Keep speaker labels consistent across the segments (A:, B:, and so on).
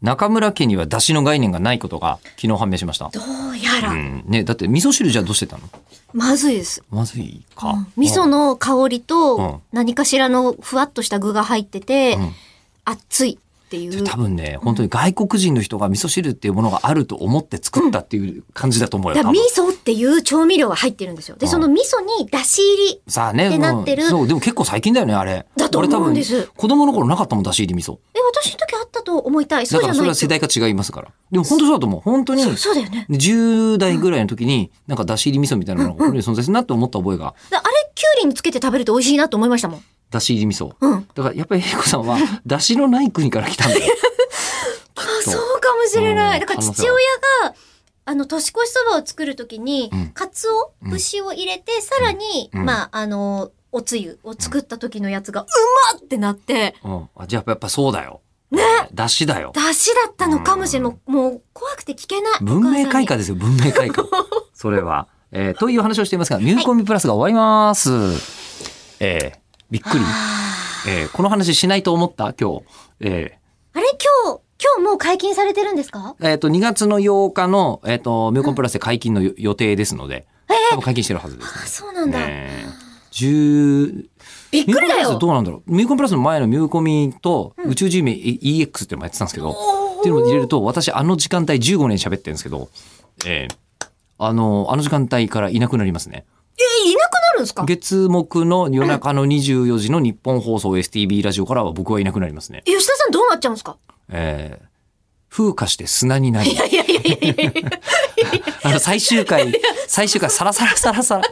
A: 中村家には出汁の概念がないことが昨日判明しました。
B: どうやら、
A: うん、ね、だって味噌汁じゃどうしてたの
B: まずいです。
A: まずいか。
B: 味噌の香り
A: うん
B: と何かしらのふわっとした具が入ってて、
A: ん
B: 熱いってい
A: で
B: う
A: 多分ね、本当に外国人の人が味噌汁っていうものがあると思って作ったっていう感じだと思うよ。
B: だ
A: 多
B: 味
A: 分
B: 噌っていう調味料が入ってるんですよで
A: うん
B: その味噌にだし入り
A: さあね、
B: って
A: うん
B: なってる
A: そう、でも結構最近だよね、あれ。
B: だと思うんです
A: 俺多分子供の頃なかったもん、だし入り味噌。
B: え私の時あったと思いたいそ
A: だ
B: う
A: か
B: じ
A: ら
B: ゃ
A: そ
B: な
A: れ
B: い
A: は世
B: と
A: 代が違いますから。でも本当そうだと思う。本当に。
B: そうそうだよね
A: で10代ぐらいの時に、なんかだし入り味噌みたいなのがこれ存在するなって思った覚えが、
B: だあれきゅうりにつけて食べると美味しいなと思いましたもん
A: だし入り味噌。
B: うん
A: だからやっぱり英子さんは、だしのない国から来たんだよ。
B: あそうかもしれな
A: う
B: い
A: ん
B: だから
A: 可能性
B: 父
A: は
B: 親があの年越しそばを作る時に、
A: うん
B: かつお節を入れて、さらに、
A: うん
B: まああのおつゆを作った時のやつが、うまっってなって
A: うん。あじゃあやっぱそうだよ。
B: ね
A: だしだよ。
B: 出汁だったのかもしれない、もうもう怖くて聞けない
A: 文明開化
B: で
A: ですよ、文明開 化。それは。えーという話をしていますが、ミューコミプラスが終わります。えーびっくり。えーこの話しないと思った今日。え
B: あれ今日今日もう解禁されてるんですか
A: ーえーと、2月の8日の、えっ、と、ミューコンプラスで解禁のよ予定ですので、多分解禁してるはずで
B: あ
A: す
B: そうなん
A: ね。
B: だ、
A: ね10
B: びっ
A: ミュー
B: く
A: コンプ
B: りだ
A: ラス
B: よ
A: どうなんだろうミューコンプラスの前のミューコミと宇宙人名 EX っていうのもやってたんですけど、っていうのを入れると、私あの時間帯15年喋ってるんですけど、えーあの、あの時間帯からいなくなりますね。
B: えいなくなるんですか
A: 月木の夜中の24時の日本放送 STB ラジオからは僕はいなくなりますね。
B: 吉田さんどうなっちゃうんですか
A: えー風化して砂になり
B: い。やいやいやいやいやいやいやいや
A: あの、最終回、最終回、サラサラサラサラ。
B: いや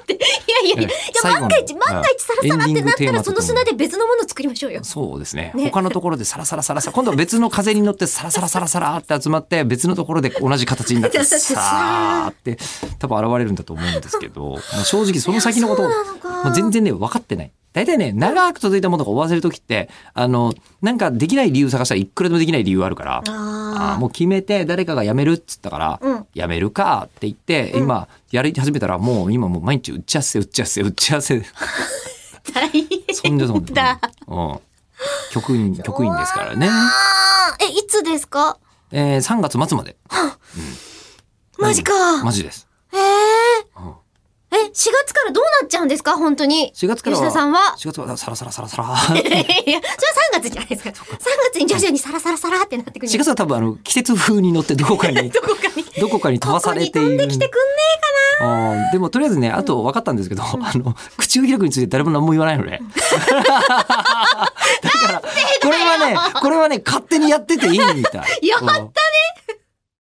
A: ええ
B: じゃあ万が一
A: 最後の
B: 万が一サラサラっ
A: エンディング
B: てなった
A: テーマ
B: ら
A: とと
B: そ
A: も
B: の
A: に
B: 砂で別のもの作りましょうよ
A: そうですね。
B: ね
A: 他のところでサラサラサラサラ。今度は別の風に乗ってサラサラサラサラって集まって、別のところで同じ形になって、さーって多分現れるんだと思うんですけど、まあ正直その先のことを
B: いやそうなのか
A: もう全然ね、分かってない。大体ね、長く続いたものが終わらせるときって、あの、なんかできない理由探したらいくらでもできない理由あるから、あ
B: あ
A: ーもう決めて誰かが辞めるっつったから、
B: うん
A: 辞めるかって言って、今やり始めたらもう今もう毎日打ち合わせ打ち合わせ打ち合わせ
B: あ大変
A: そんじゃそんじゃ
B: だ、
A: うんうん、局員局員ですからね、
B: あーえいつですか
A: えー、3月末まで
B: マジか
A: マジです
B: えー
A: うん
B: え4月からどうなっちゃうんですか本当に
A: 4月からは
B: 吉田さんは
A: 4月はサラサラサラサラ
B: いやいやいや、それは3月じゃないですか。3月に徐々にサラサラサラってなってくる。
A: 4月は多分あの季節風に乗ってどこかに
B: どこかに。
A: どこかに飛ば
B: ここ
A: され
B: に
A: てい
B: 飛ん
A: る
B: できてくんねえ
A: あ
B: か
A: ーでもとりあえずねあと分かったんですけど、あの口を開くについて誰も何も言わないのねだからこれはねこれはね勝手にやってていいみたい
B: やった